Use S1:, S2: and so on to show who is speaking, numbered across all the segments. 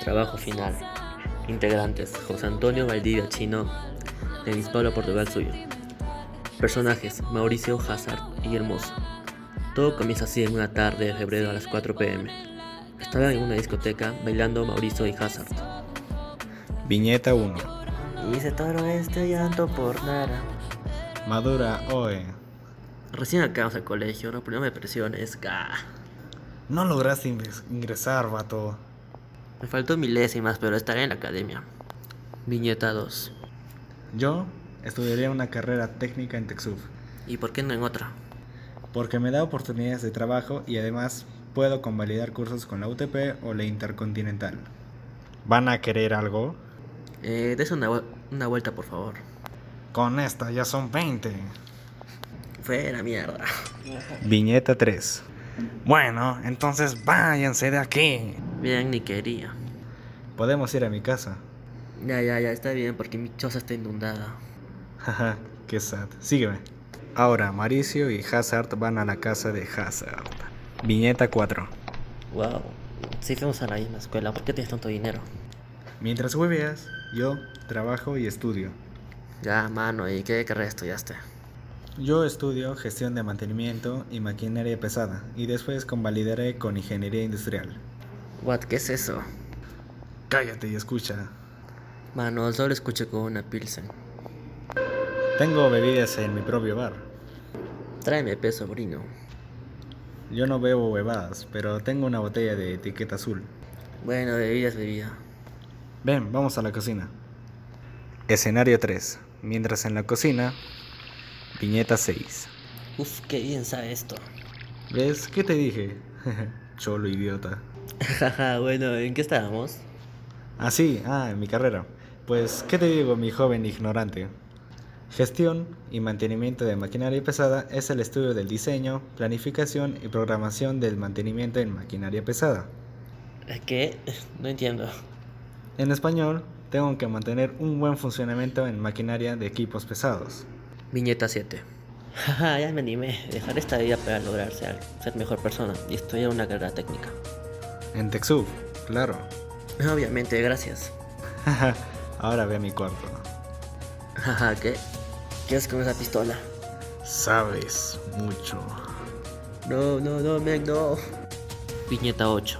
S1: Trabajo final. Integrantes. José Antonio Valdivia Chino, de Lisboa, Portugal suyo. Personajes. Mauricio Hazard y Hermoso. Todo comienza así en una tarde de febrero a las 4 pm. Estaban en una discoteca bailando Mauricio y Hazard.
S2: Viñeta 1.
S1: Hice todo este llanto por nada.
S2: Madura, oe.
S1: Recién acabamos el colegio, los problemas de presión es... ¡Gah!
S2: No lograste ingres- ingresar, vato.
S1: Me faltó milésimas, pero estaré en la academia. Viñeta 2.
S2: Yo estudiaría una carrera técnica en Texuf,
S1: ¿Y por qué no en otra?
S2: porque me da oportunidades de trabajo y además puedo convalidar cursos con la UTP o la Intercontinental. ¿Van a querer algo?
S1: Eh, des una, vu- una vuelta, por favor.
S2: Con esta ya son 20.
S1: Fuera mierda.
S2: Viñeta 3. Bueno, entonces váyanse de aquí.
S1: Bien, ni quería.
S2: Podemos ir a mi casa.
S1: Ya, ya, ya, está bien, porque mi choza está inundada.
S2: Jaja, qué sad. Sígueme. Ahora, Mauricio y Hazard van a la casa de Hazard. Viñeta 4.
S1: Wow, sí fuimos a la misma escuela, ¿por qué tienes tanto dinero?
S2: Mientras hueveas, yo trabajo y estudio.
S1: Ya, mano, ¿y qué carrera estudiaste?
S2: Yo estudio gestión de mantenimiento y maquinaria pesada y después convalidaré con ingeniería industrial.
S1: What, ¿qué es eso?
S2: Cállate y escucha.
S1: Mano, solo escuché con una pilsen.
S2: Tengo bebidas en mi propio bar.
S1: Tráeme peso, sobrino.
S2: Yo no bebo huevadas, pero tengo una botella de etiqueta azul.
S1: Bueno, bebida es bebida.
S2: Ven, vamos a la cocina. Escenario 3. Mientras en la cocina, viñeta 6.
S1: Uf, qué bien sabe esto.
S2: ¿Ves? ¿Qué te dije? Cholo idiota.
S1: Jaja, bueno, ¿en qué estábamos?
S2: Ah, sí, ah, en mi carrera. Pues, ¿qué te digo, mi joven ignorante? Gestión y mantenimiento de maquinaria pesada es el estudio del diseño, planificación y programación del mantenimiento en maquinaria pesada.
S1: ¿Qué? No entiendo.
S2: En español, tengo que mantener un buen funcionamiento en maquinaria de equipos pesados.
S1: Viñeta 7. Jaja, ya me animé. Dejar esta vida para lograr ser, ser mejor persona y estudiar una carrera técnica.
S2: En Texub, claro.
S1: Obviamente, gracias.
S2: Ahora ve a mi cuarto.
S1: Jaja, ¿qué? ¿Qué es con esa pistola?
S2: Sabes mucho.
S1: No, no, no, Meg, no. Viñeta 8.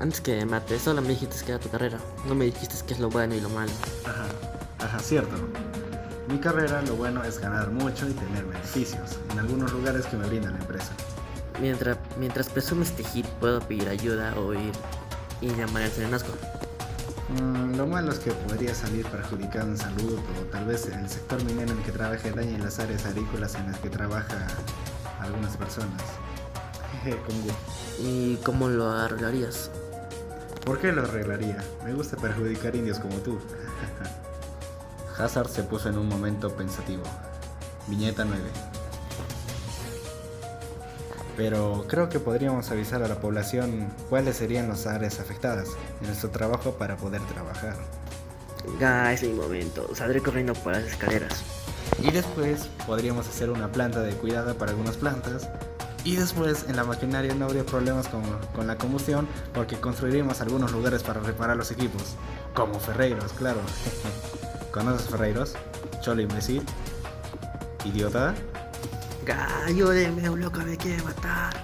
S1: Antes que me mates, solo me dijiste que era tu carrera. No me dijiste qué es lo bueno y lo malo.
S2: Ajá, ajá, cierto. Mi carrera lo bueno es ganar mucho y tener beneficios en algunos lugares que me brinda la empresa.
S1: Mientras, mientras presumes este hit, puedo pedir ayuda o ir y llamar al serenazgo.
S2: Mm, lo malo es que podría salir perjudicado en salud o tal vez en el sector minero en el que trabaje dañe las áreas agrícolas en las que trabaja algunas personas. Jeje, con gusto.
S1: ¿Y cómo lo arreglarías?
S2: ¿Por qué lo arreglaría? Me gusta perjudicar indios como tú. Hazard se puso en un momento pensativo. Viñeta 9. Pero creo que podríamos avisar a la población cuáles serían las áreas afectadas en nuestro trabajo para poder trabajar.
S1: Ya Ah, es mi momento. Saldré corriendo por las escaleras.
S2: Y después podríamos hacer una planta de cuidado para algunas plantas. Y después en la maquinaria no habría problemas con, con la combustión porque construiríamos algunos lugares para reparar los equipos. Como Ferreiros, claro. ¿Conoces Ferreiros? Cholo imbécil. Idiota.
S1: Ya, ayúdeme, un loco me quiere matar.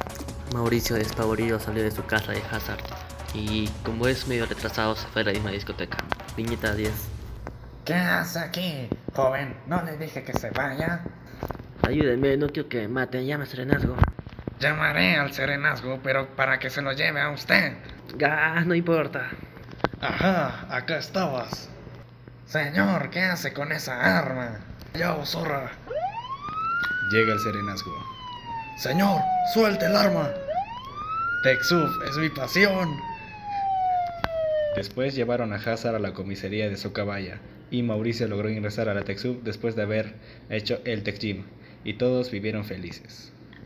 S1: Mauricio, despavorido, salió de su casa de Hazard. Y como es medio retrasado, se fue a la misma discoteca. Viñeta 10.
S3: ¿Qué hace Pues aquí, joven? ¿No le dije que se vaya?
S1: Ayúdenme, no quiero que me maten, llama serenazgo.
S3: Llamaré al serenazgo, pero para que se lo lleve a usted.
S1: Ga, no importa.
S3: Ajá, acá estabas. Señor, ¿qué hace con esa arma? Yo, zorra.
S2: Llega el serenazgo.
S3: Señor, suelte el arma. Texuf es mi pasión.
S2: Después llevaron a Hazard a la comisaría de Socabaya y Mauricio logró ingresar a la Texub después de haber hecho el Tech Gym y todos vivieron felices.